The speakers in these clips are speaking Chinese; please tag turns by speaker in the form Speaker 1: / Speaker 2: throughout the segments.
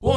Speaker 1: 我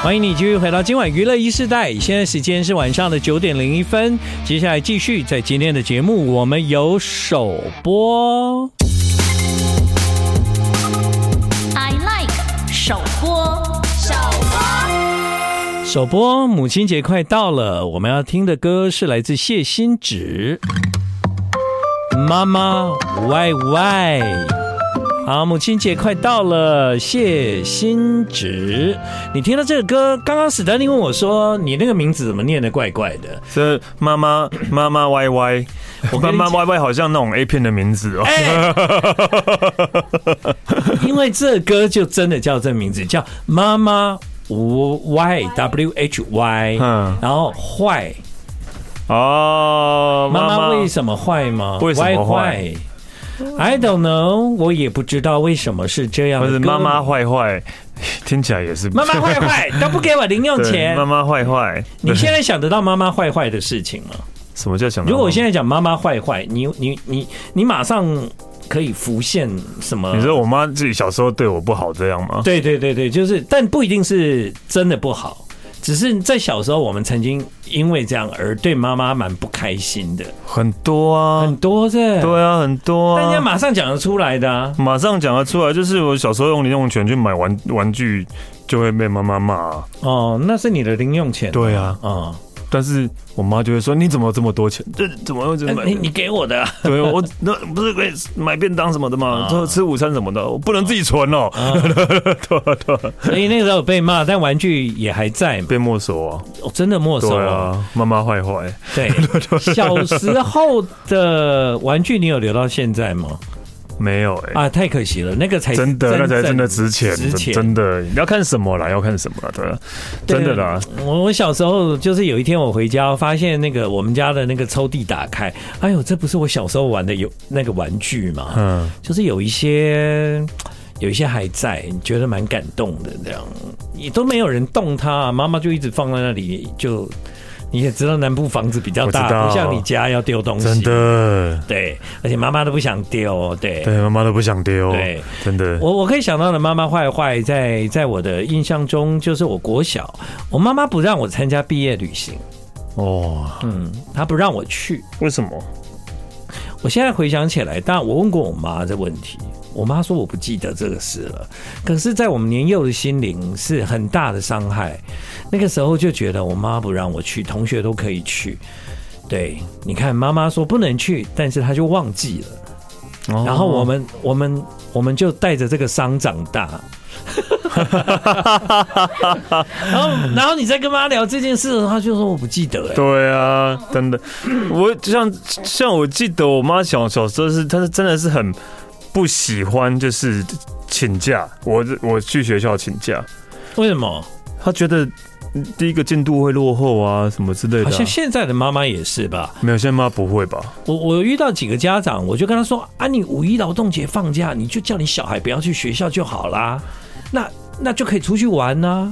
Speaker 2: 欢迎你继续回到今晚娱乐一世代，现在时间是晚上的九点零一分。接下来继续在今天的节目，我们有首播。
Speaker 3: I like 首播，首播。
Speaker 2: 首播母亲节快到了，我们要听的歌是来自谢欣芷，《妈妈喂喂》。好，母亲节快到了，谢欣芷，你听到这个歌，刚刚史丹利问我说，你那个名字怎么念的怪怪的？
Speaker 4: 这妈妈妈妈 Y Y，
Speaker 2: 我
Speaker 4: 妈
Speaker 2: 跟你
Speaker 4: 妈 Y Y 好像那种 A 片的名字哦。
Speaker 2: 哎， 因为这歌就真的叫这名字，叫妈妈 Y W H Y，
Speaker 4: 嗯
Speaker 2: 然后坏。
Speaker 4: 哦，
Speaker 2: 妈妈为什么坏吗？
Speaker 4: 为什么坏
Speaker 2: 坏？I don't know，我也不知道为什么是这样
Speaker 4: 不
Speaker 2: 的
Speaker 4: 是
Speaker 2: 歌。
Speaker 4: 妈妈坏坏，听起来也是
Speaker 2: 妈妈坏坏都不给我零用
Speaker 4: 对
Speaker 2: 钱
Speaker 4: 妈。妈坏坏，
Speaker 2: 你现在想得到妈妈坏坏的事情吗？
Speaker 4: 什么叫想到？
Speaker 2: 如果我现在讲妈妈坏坏，你你你你马上可以浮现什么？
Speaker 4: 你说我妈自己小时候对我不好这样吗？
Speaker 2: 对对对对，就是，但不一定是真的不好，只是在小时候我们曾经因为这样而对妈妈蛮不开心的，
Speaker 4: 很多
Speaker 2: 很
Speaker 4: 啊，
Speaker 2: 多的。
Speaker 4: 对啊，很多
Speaker 2: 大家
Speaker 4: 啊。
Speaker 2: 马上讲得出来的啊。
Speaker 4: 马上讲得出来，就是我小时候用零用钱去买玩玩具，就会被妈妈骂。
Speaker 2: 哦，那是你的零用钱。
Speaker 4: 对啊，
Speaker 2: 哦，
Speaker 4: 但是我妈就会说：“你怎么有这么多钱？ 这怎么会这么
Speaker 2: 呃
Speaker 4: 买？
Speaker 2: 你你给我的啊，
Speaker 4: 对我那不是可以买便当什么的吗？
Speaker 2: 啊
Speaker 4: 说吃午餐什么的，我不能自己存哦。 对啊对啊，
Speaker 2: 所以那个时候被骂，但玩具也还在嘛，
Speaker 4: 被没收啊。
Speaker 2: 哦、真的没收
Speaker 4: 对
Speaker 2: 了。
Speaker 4: 啊，妈妈坏坏，
Speaker 2: 对，小时候的玩具你有留到现在吗？
Speaker 4: 没有哎、
Speaker 2: 啊，太可惜了，那个才
Speaker 4: 真的，那才真的值钱，
Speaker 2: 值钱，
Speaker 4: 真的要看什么啦，要看什么啦，对啊，真的啦，
Speaker 2: 对。我我小时候就是有一天我回家，发现那个我们家的那个抽屉打开，哎呦，这不是我小时候玩的有那个玩具嘛？
Speaker 4: 嗯，
Speaker 2: 就是有一些有一些还在，你觉得蛮感动的，这样也都没有人动它、妈妈就一直放在那里，就你也知道南部房子比较
Speaker 4: 我知
Speaker 2: 大，
Speaker 4: 道
Speaker 2: 不像你家要丢东西，
Speaker 4: 真的，
Speaker 2: 对，而且妈妈都不想丢，对。
Speaker 4: 对，妈妈都不想丢，
Speaker 2: 对，
Speaker 4: 真的，
Speaker 2: 我我可以想到的妈妈坏坏，在在我的印象中，就是我国小，我妈妈不让我参加毕业旅行，
Speaker 4: 哦，
Speaker 2: 嗯，她不让我去。
Speaker 4: 为什么？
Speaker 2: 我现在回想起来，但我问过我妈这问题，我妈说我不记得这个事了。可是，在我们年幼的心灵是很大的伤害。那个时候就觉得我妈不让我去，同学都可以去。对，你看妈妈说不能去，但是她就忘记了。
Speaker 4: 哦
Speaker 2: 然后我们我们我们就带着这个伤长 大。然后然后你再跟妈聊这件事，她就说我不记得、欸。
Speaker 4: 对啊，真的，我像像我记得我妈小小时候是，她是真的是很不喜欢就是请假，我我去学校请假，
Speaker 2: 为什么？
Speaker 4: 她觉得嗯第一个进度会落后啊什么之类的
Speaker 2: 好
Speaker 4: 啊、
Speaker 2: 像现在的妈妈也是吧？
Speaker 4: 没有，现在妈不会吧？
Speaker 2: 我我遇到几个家长，我就跟他说啊，你五一劳动节放假，你就叫你小孩不要去学校就好啦，那那就可以出去玩呐、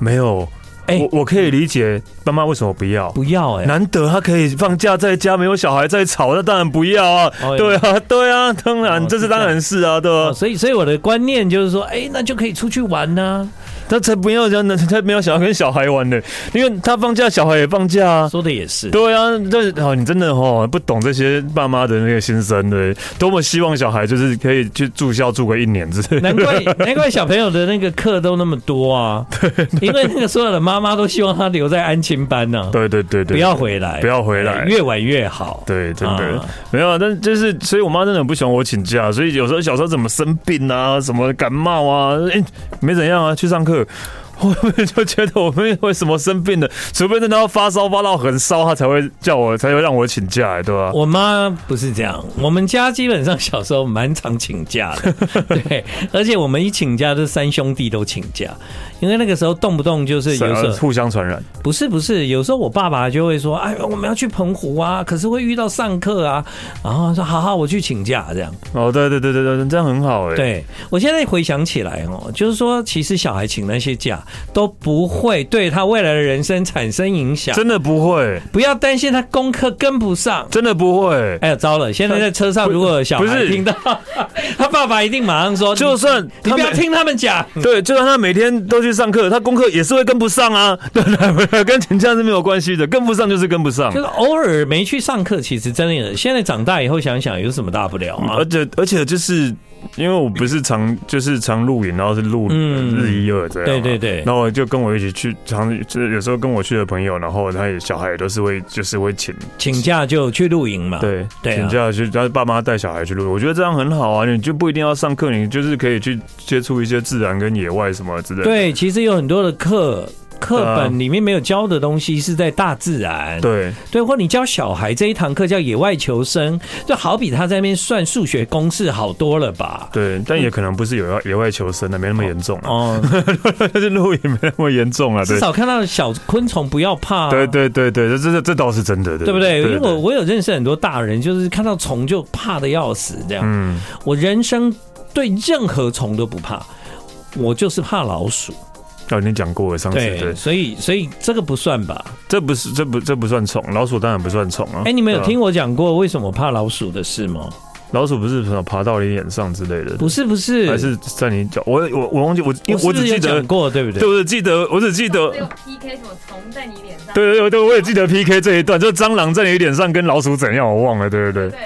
Speaker 4: 没有，
Speaker 2: 哎
Speaker 4: 我我可以理解妈妈为什么不要。
Speaker 2: 不要哎、
Speaker 4: 难得她可以放假在家，没有小孩在吵，那当然不要啊！
Speaker 2: 哦
Speaker 4: 对啊，对啊，当然，
Speaker 2: 哦
Speaker 4: 这
Speaker 2: 是
Speaker 4: 是
Speaker 2: 这样
Speaker 4: 当然是啊，对
Speaker 2: 哦
Speaker 4: 啊，
Speaker 2: 所以所以我的观念就是说，哎、那就可以出去玩呐、
Speaker 4: 他才不要这样呢，他没有想要跟小孩玩的，因为他放假，小孩也放假啊。
Speaker 2: 说的也是，
Speaker 4: 对啊，这哦，你真的哦不懂这些爸妈的那个心声的，多么希望小孩就是可以去住校住个一年之 类的。
Speaker 2: 难怪难怪小朋友的那个课都那么多啊，因为那个所有的妈妈都希望他留在安亲班呢、
Speaker 4: 对对对
Speaker 2: 不
Speaker 4: 对，
Speaker 2: 要回来，
Speaker 4: 不要回来
Speaker 2: 越晚越好。
Speaker 4: 对，真的、
Speaker 2: 啊
Speaker 4: 没有啊，但就是，所以我妈真的很不喜欢我请假，所以有时候小时候怎么生病啊，什么感冒啊，哎、没怎样啊，去上课，我们就觉得我们为什么生病了？除非真的要发烧发到很烧，他才会叫我，才会让我请假、对吧、
Speaker 2: 我妈不是这样，我们家基本上小时候蛮常请假 的，对，而且我们一请假，这三兄弟都请假，因为那个时候动不动就是有时
Speaker 4: 是
Speaker 2: 候
Speaker 4: 呃互相传染，
Speaker 2: 不是不是，有时候我爸爸就会说，哎，我们要去澎湖啊，可是会遇到上课啊，然后说好好，我去请假这样。
Speaker 4: 哦，对对对对对，这样很好哎、，
Speaker 2: 对我现在回想起来哦，就是说，其实小孩请那些假都不会对他未来的人生产生影响，
Speaker 4: 真的不会，
Speaker 2: 不要担心他功课跟不上。
Speaker 4: 真的不会。
Speaker 2: 哎呀，糟了！现在在车上，
Speaker 4: 不
Speaker 2: 如果有小
Speaker 4: 不
Speaker 2: 孩
Speaker 4: 是
Speaker 2: 听到， 他爸爸一定马上说：“
Speaker 4: 就算
Speaker 2: 你
Speaker 4: 他嗯
Speaker 2: 不要
Speaker 4: 每
Speaker 2: 听他们讲。
Speaker 4: 对，就算他每天都去上课，他功课也是会跟不上啊。 对对对，跟请假是没有关系的，跟不上就是跟不上”
Speaker 2: 就。是偶尔没去上课，其实真的有。现在长大以后想想，有什么大不了啊
Speaker 4: 而？且而且就是因为我不是常就是常录影，然后是录
Speaker 2: 嗯
Speaker 4: 日一二这样、
Speaker 2: 对
Speaker 4: 啊
Speaker 2: 对对
Speaker 4: 然后我就跟我一起去常就是有时候跟我去的朋友，然后他也小孩也都是会就是会请
Speaker 2: 请假就去露营嘛。
Speaker 4: 对
Speaker 2: 对啊
Speaker 4: 请假去，然后爸妈带小孩去录，我觉得这样很好啊，你就不一定要上课，你就是可以去接触一些自然跟野外什么之类的。
Speaker 2: 对，其实有很多的课课
Speaker 4: 对啊
Speaker 2: 本里面没有教的东西是在大自然。
Speaker 4: 对
Speaker 2: 对，或你教小孩这一堂课叫野外求生，就好比他在那边算数学公式好多了吧？
Speaker 4: 对，但也可能不是野外野外求生的，没那么严重 啊，
Speaker 2: 哦，
Speaker 4: 就是露营没那么严重啊。
Speaker 2: 至
Speaker 4: 对
Speaker 2: 少看到小昆虫不要怕、啊
Speaker 4: 对。对对对，这这这倒是真的，对
Speaker 2: 对不对？因为我我有认识很多大人，就是看到虫就怕的要死，这样。
Speaker 4: 嗯，
Speaker 2: 我人生对任何虫都不怕，我就是怕老鼠。
Speaker 4: 哦，你讲过了上次，对
Speaker 2: 对，，所以所以这个不算吧？
Speaker 4: 这不是这不这不算虫，老鼠当然不算虫啊。
Speaker 2: 哎，你们有
Speaker 4: 对啊
Speaker 2: 听我讲过为什么怕老鼠的事吗？
Speaker 4: 老鼠不是什么爬到你脸上之类的，
Speaker 2: 不是不是，
Speaker 4: 还是在你脚？我我我忘记我，因为
Speaker 2: 我
Speaker 4: 我
Speaker 2: 是
Speaker 4: 只
Speaker 2: 不是有
Speaker 4: 记得
Speaker 2: 讲，过，对不对
Speaker 4: 对，？我只记得，我只记得。
Speaker 5: 有 PK 什么虫在你脸上，
Speaker 4: 对对对，我也记得 PK 这一段，就蟑螂在你脸上跟老鼠怎样，我忘了，对对对。
Speaker 5: 对，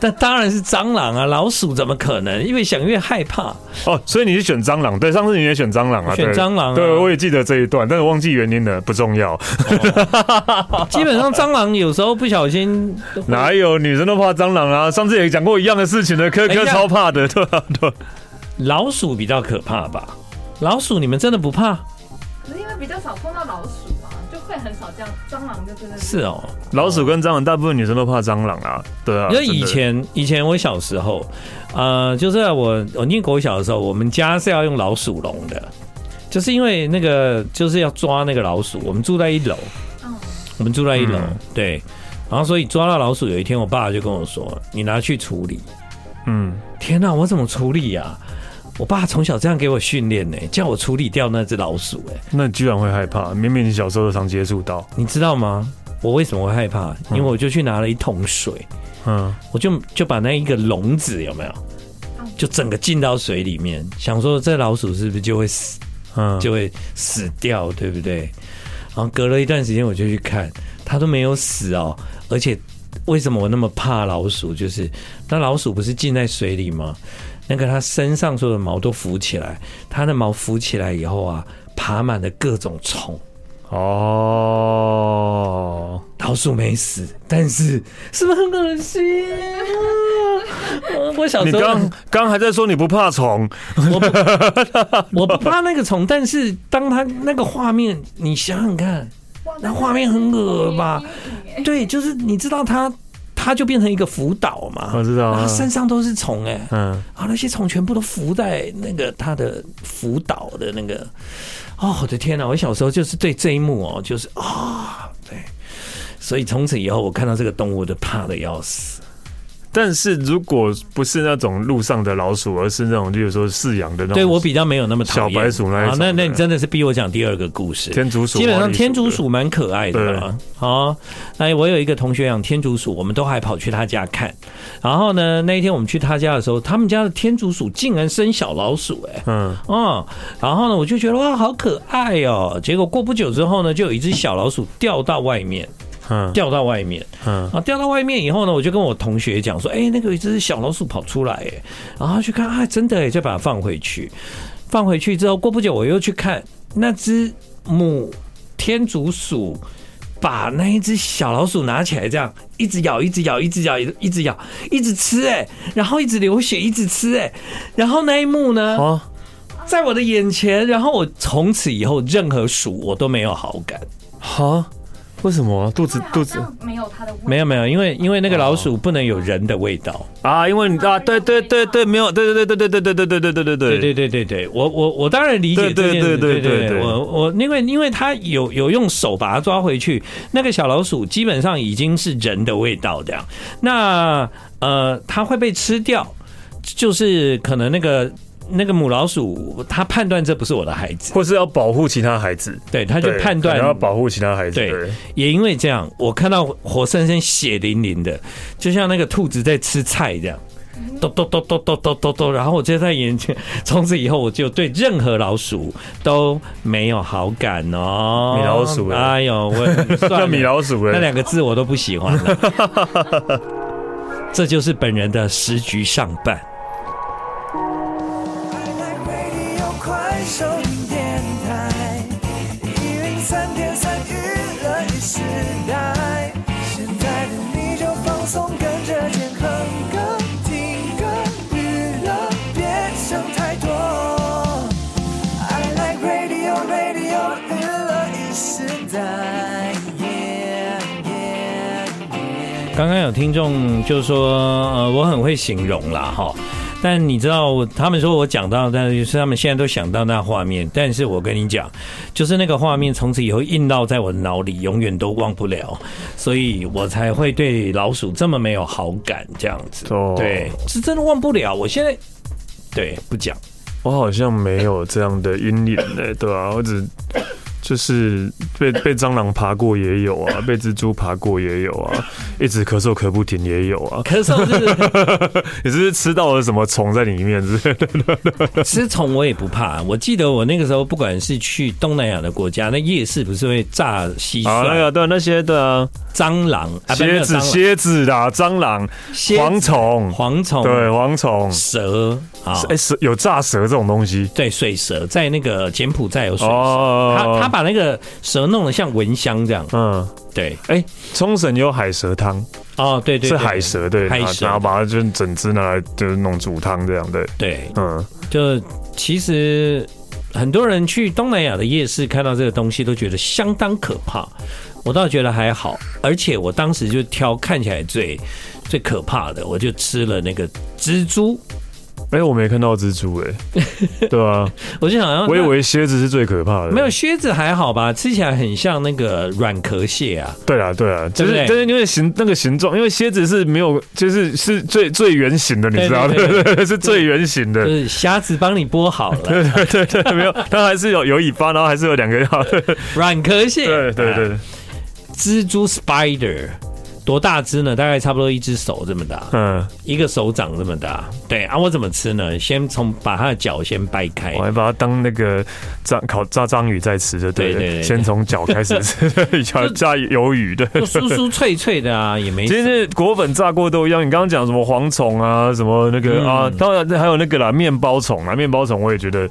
Speaker 2: 但当然是蟑螂啊，老鼠怎么可能？越想越害 怕。
Speaker 4: 哦，所以你是选蟑螂，对，上次你也选蟑螂啊，嗯
Speaker 2: 选
Speaker 4: 对
Speaker 2: 蟑螂啊
Speaker 4: 对，我也记得这一段，但是忘记原因了，不重要。
Speaker 2: 基本上蟑螂有时候不小心会
Speaker 4: 哪有女生都怕蟑螂啊？上次也讲过一样的事情的，科
Speaker 2: 哎
Speaker 4: 科
Speaker 2: 呀
Speaker 4: 超怕的，对吧？对吧。啊
Speaker 2: 老鼠比较可怕吧？老鼠你们真的不怕？
Speaker 5: 可是因为比较少碰到老鼠啊，就会很少这样，蟑螂就真的
Speaker 2: 是哦，
Speaker 4: 老鼠跟蟑螂，大部分女生都怕蟑螂啊，对啊。
Speaker 2: 因为
Speaker 4: 真的
Speaker 2: 以前以前我小时候，呃，就是我我念国小的时候，我们家是要用老鼠笼的，就是因为那个就是要抓那个老鼠，我们住在一楼，
Speaker 5: 嗯，
Speaker 2: 我们住在一楼，
Speaker 4: 嗯
Speaker 2: 对，然后所以抓到老鼠，有一天我爸就跟我说，你拿去处理。
Speaker 4: 嗯，
Speaker 2: 天哪、我怎么处理呀、我爸从小这样给我训练呢，叫我处理掉那只老鼠、哎，
Speaker 4: 那你居然会害怕？明明你小时候都常接触到，
Speaker 2: 你知道吗？我为什么会害怕？因为我就去拿了一桶水，
Speaker 4: 嗯，
Speaker 2: 我就就把那一个笼子有没有，就整个浸到水里面，想说这老鼠是不是就会死，
Speaker 4: 嗯，
Speaker 2: 就会死掉，对不对？然后隔了一段时间我就去看，它都没有死哦，而且为什么我那么怕老鼠？就是那老鼠不是浸在水里吗？那个它身上所有的毛都浮起来，它的毛浮起来以后啊，爬满了各种虫。
Speaker 4: 哦，
Speaker 2: 老鼠没死，但是是不是很可惜、啊？ 我我小
Speaker 4: 你
Speaker 2: 时候
Speaker 4: 刚刚还在说你不怕虫，
Speaker 2: 我不怕那个虫，但是当它那个画面，你想想看，那画面很恶吧？对，就是你知道它，它就变成一个浮岛嘛。
Speaker 4: 我知道啊
Speaker 2: 然后它身上都是虫哎、
Speaker 4: 嗯，
Speaker 2: 啊，那些虫全部都浮在那个它的浮岛的那个，哦，我的天哪、我小时候就是对这一幕哦，就是啊、对，所以从此以后我看到这个动物，我就怕的要死。
Speaker 4: 但是如果不是那种路上的老鼠，而是那种，例如说饲养的那种，
Speaker 2: 对我比较没有那么讨厌
Speaker 4: 小白鼠那一
Speaker 2: 好
Speaker 4: 种
Speaker 2: 那那
Speaker 4: 对
Speaker 2: 你真的是逼我讲第二个故事。
Speaker 4: 天竺鼠，啊
Speaker 2: 基本
Speaker 4: 花
Speaker 2: 上
Speaker 4: 栗
Speaker 2: 天竺鼠蛮可爱的啦。好，哎，我有一个同学养天竺鼠，我们都还跑去他家看。然后呢，那一天我们去他家的时候，他们家的天竺鼠竟然生小老鼠、哎。
Speaker 4: 对，嗯，
Speaker 2: 嗯，然后呢，我就觉得哇，好可爱哦。结果过不久之后呢，就有一只小老鼠掉到外面，
Speaker 4: 嗯
Speaker 2: 掉到外面
Speaker 4: 嗯，
Speaker 2: 啊，掉到外面以后呢，我就跟我同学讲说，哎、那个有一只小老鼠跑出来，哎，然后去看，啊，真的哎，就把它放回去。放回去之后，过不久我又去看那只母天竺鼠，把那一只小老鼠拿起来，这样一直咬，一直咬，一直咬，一直咬，一直吃，哎，然后一直流血，一直吃，哎，然后那一幕呢，
Speaker 4: 啊，
Speaker 2: 在我的眼前，然后我从此以后任何鼠我都没有好感。
Speaker 4: 哈？为什么啊肚子肚
Speaker 5: 对好
Speaker 4: 子
Speaker 5: 像没有它的味道，
Speaker 2: 没有没有，因为因为那个老鼠
Speaker 4: 哦
Speaker 2: 不能有人的味道。
Speaker 4: 啊？因为你啊，对对对对，没有，对对对对对对对对对对
Speaker 2: 对
Speaker 4: 对对
Speaker 2: 对对对对，我我我当然理解
Speaker 4: 对
Speaker 2: 这
Speaker 4: 对
Speaker 2: 件事。
Speaker 4: 对对对对
Speaker 2: 我我因为因为它有有用手把它抓回去，那个小老鼠基本上已经是人的味道这样。那呃，它会被吃掉，就是可能那个。那个母老鼠，它判断这不是我的孩子，
Speaker 4: 或是要保护其他孩子，
Speaker 2: 对，它就
Speaker 4: 对
Speaker 2: 判断
Speaker 4: 可能要保护其他孩子，
Speaker 2: 对
Speaker 4: 对，
Speaker 2: 也因为这样，我看到活生生血淋淋的，就像那个兔子在吃菜这样，咚咚咚咚咚咚咚咚，然后我就在眼前。 从此以后，我就对任何老鼠都没有好感哦。
Speaker 4: 米老鼠
Speaker 2: 哎呦，我算
Speaker 4: 那
Speaker 2: 了
Speaker 4: 米老鼠
Speaker 2: 那
Speaker 4: 哎，
Speaker 2: 两个字我都不喜欢了。 这就是本人的时局上半。
Speaker 1: I like radio 快手电台，一零三点三娱乐一时代。现在的你就放松，跟着健康歌、听歌、娱乐，别想太多。I like radio radio 娱乐一时代。Yeah, yeah, yeah
Speaker 2: 刚刚有听众就说，呃，我很会形容啦，哈。但你知道，他们说我讲到，但是他们现在都想到那画面。但是我跟你讲，就是那个画面从此以后印到在我的脑里，永远都忘不了，所以我才会对老鼠这么没有好感，这样子。
Speaker 4: 哦
Speaker 2: 对，是真的忘不了。我现在对不讲，
Speaker 4: 我好像没有这样的阴影哎，对啊，我只就是被被蟑螂爬过也有啊，被蜘蛛爬过也有啊，一直咳嗽咳不停也有啊，
Speaker 2: 咳嗽是
Speaker 4: 你是不是吃到了什么虫在里面之 类的？
Speaker 2: 吃虫我也不怕。我记得我那个时候，不管是去东南亚的国家，那夜市不是会炸蟋
Speaker 4: 啊，那
Speaker 2: 蟀、
Speaker 4: 个对啊那些对啊，
Speaker 2: 蟑螂、啊、不没有
Speaker 4: 蝎
Speaker 2: 蟑
Speaker 4: 子、
Speaker 2: 螂
Speaker 4: 蝎子啦，蟑螂、
Speaker 2: 蝎子
Speaker 4: 蝗虫，
Speaker 2: 蝗虫、
Speaker 4: 对蝗虫，
Speaker 2: 蛇啊，
Speaker 4: 哎，蛇有炸蛇这种东西
Speaker 2: 对，水蛇在那个柬埔寨有水蛇，他他
Speaker 4: 哦。
Speaker 2: 把那个蛇弄得像蚊香这样。
Speaker 4: 嗯，
Speaker 2: 对，
Speaker 4: 哎，冲绳有海蛇汤，
Speaker 2: 哦，对对，
Speaker 4: 是
Speaker 2: 对
Speaker 4: 海。蛇对，
Speaker 2: 海
Speaker 4: 然后
Speaker 2: 蛇
Speaker 4: 然后把它就整只拿来就是弄煮汤这样对，
Speaker 2: 对，
Speaker 4: 嗯，
Speaker 2: 就其实很多人去东南亚的夜市看到这个东西，都觉得相当可怕。我倒觉得还好，而且我当时就挑看起来最最可怕的，我就吃了那个蜘蛛，
Speaker 4: 哎，我没看到蜘蛛哎， 对啊，
Speaker 2: 我就想要，
Speaker 4: 我以为蝎子是最可怕的，
Speaker 2: 没有靴子还好吧，吃起来很像那个软壳蟹啊。
Speaker 4: 对啊，对啊，
Speaker 2: 对
Speaker 4: 就是
Speaker 2: 不对
Speaker 4: 但是因为形那个形状，因为蝎子是没有，就是是最最圆形的，你知道，
Speaker 2: 对
Speaker 4: 对
Speaker 2: 对对
Speaker 4: 对对， 是最圆形
Speaker 2: 就
Speaker 4: 的，
Speaker 2: 是瞎子帮你剥好了，
Speaker 4: 对对对，没有，它还是有有尾巴，然后还是有 两个要，
Speaker 2: 软壳蟹，
Speaker 4: 对对对，
Speaker 2: 蜘蛛 spider 多大只呢？大概差不多一只手这么大，
Speaker 4: 嗯，
Speaker 2: 一个手掌这么大。对啊，我怎么吃呢？先从把它的脚先掰开
Speaker 4: 我，还把它当那个炸烤炸章鱼在吃就
Speaker 2: 对
Speaker 4: 对
Speaker 2: 对对
Speaker 4: 了，先从脚 开始吃，加加鱿鱼对。
Speaker 2: 就酥酥脆脆的 啊，也没
Speaker 4: 其实
Speaker 2: 什么。
Speaker 4: 那果粉炸过都一样，你刚刚讲什么蝗虫啊，什么那
Speaker 2: 嗯
Speaker 4: 个、啊，当然还有那个啦，面包虫啊，面包虫我也觉得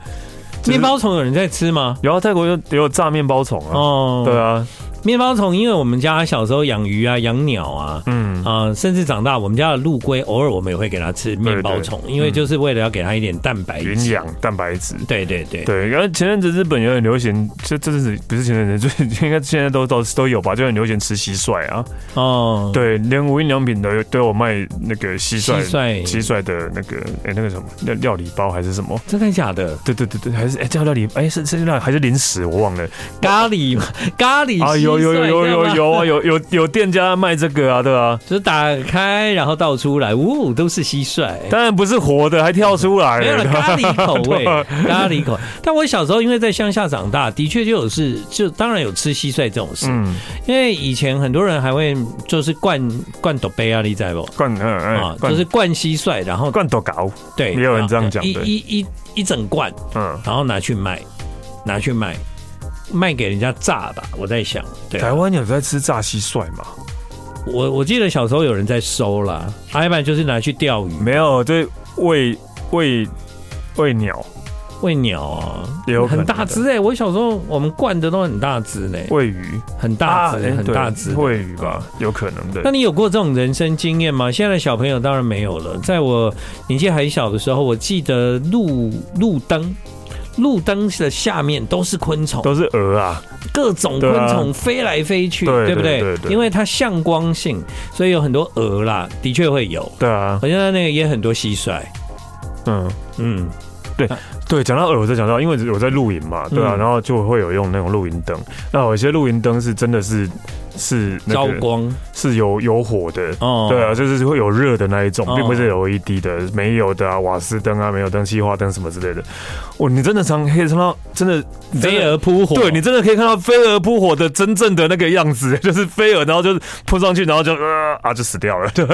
Speaker 4: 就是
Speaker 2: 面包虫有人在吃吗？
Speaker 4: 有啊，泰国有也有炸面包虫啊，
Speaker 2: 哦，
Speaker 4: 对，啊，
Speaker 2: 面包虫，因为我们家小时候养鱼啊、养鸟啊，
Speaker 4: 嗯，
Speaker 2: 啊、甚至长大我们家的陆龟，偶尔我们也会给它吃面包虫，因为就是为了要给它一点蛋白
Speaker 4: 嗯营
Speaker 2: 质。
Speaker 4: 养蛋白质。
Speaker 2: 对对对，
Speaker 4: 对，然后前阵子日本也很流行，这这阵子不是前阵子，就应该现在都都都有吧，就很流行吃蟋蟀啊。
Speaker 2: 哦，
Speaker 4: 对，连无印良品都有都有卖那个蟋蟀
Speaker 2: 蟋蟀
Speaker 4: 蟋蟀的那个哎、那个什么料料理包还是什么？
Speaker 2: 真的假的？
Speaker 4: 对对对对，还是哎、叫料理哎、是是料还是零食我忘了
Speaker 2: 咖喱 咖喱
Speaker 4: 啊有有有有
Speaker 2: 蟋蟀这样吗
Speaker 4: 有有啊有有有店家卖这个啊对啊，
Speaker 2: 就是打开然后倒出来，呜，都是蟋蟀。
Speaker 4: 当然不是活的还跳出来
Speaker 2: 哎没有了
Speaker 4: 了，
Speaker 2: 咖喱 口味，咖喱口味。但我小时候因为在乡下长大，的确就有是就当然有吃蟋蟀这种事，
Speaker 4: 嗯
Speaker 2: 因为以前很多人还会就是灌灌斗杯啊，你在不？
Speaker 4: 罐嗯嗯
Speaker 2: 啊，就是灌蟋蟀，然后
Speaker 4: 罐头糕，
Speaker 2: 对，
Speaker 4: 也有人这样讲
Speaker 2: 一
Speaker 4: 对
Speaker 2: 一一一整罐，
Speaker 4: 嗯。
Speaker 2: 然后拿去卖，拿去卖，卖给人家炸吧。我在想，对啊，
Speaker 4: 台湾有在吃炸蟋蟀吗？
Speaker 2: 我我记得小时候有人在收啦，阿一般就是拿去钓鱼、
Speaker 4: 没有，对喂喂喂鸟，
Speaker 2: 喂鸟啊，
Speaker 4: 也有可
Speaker 2: 很
Speaker 4: 能
Speaker 2: 大只哎、我小时候我们灌的都很大只呢、
Speaker 4: 喂鱼，
Speaker 2: 很哎大只、
Speaker 4: 哎
Speaker 2: 很
Speaker 4: 对
Speaker 2: 大只。
Speaker 4: 喂鱼吧，有可能
Speaker 2: 那
Speaker 4: 的。
Speaker 2: 你有过这种人生经验吗？现在的小朋友当然没有了。在我年纪还小的时候，我记得路路灯，路灯的下面都是昆虫，
Speaker 4: 都是鹅啊，
Speaker 2: 各种
Speaker 4: 对
Speaker 2: 昆
Speaker 4: 啊
Speaker 2: 虫飞来飞去，
Speaker 4: 对
Speaker 2: 对不
Speaker 4: 对
Speaker 2: 对
Speaker 4: 对？对
Speaker 2: 因为它向光性，所以有很多蛾啦，的确会有。
Speaker 4: 对啊，
Speaker 2: 好像它那个也很多蟋蟀，
Speaker 4: 嗯，
Speaker 2: 嗯，
Speaker 4: 对，讲到耳，我在讲到，因为我在露营嘛，对啊，
Speaker 2: 嗯
Speaker 4: 然后就会有用那种露营灯，那有一些露营灯是真的是是那
Speaker 2: 招
Speaker 4: 个
Speaker 2: 光
Speaker 4: 是有有火的，
Speaker 2: 哦，
Speaker 4: 对啊，就是会有热的那一种
Speaker 2: 哦，
Speaker 4: 并不是 LED 的，没有的啊，瓦斯灯啊，没有灯、气化灯什么之类的。哇，你真的常可以看到，真的你真的
Speaker 2: 飞蛾扑火，
Speaker 4: 对你真的可以看到飞蛾扑火的真正的那个样子， 就是飞蛾，然后就是扑上去，然后就呃啊就死掉了，对，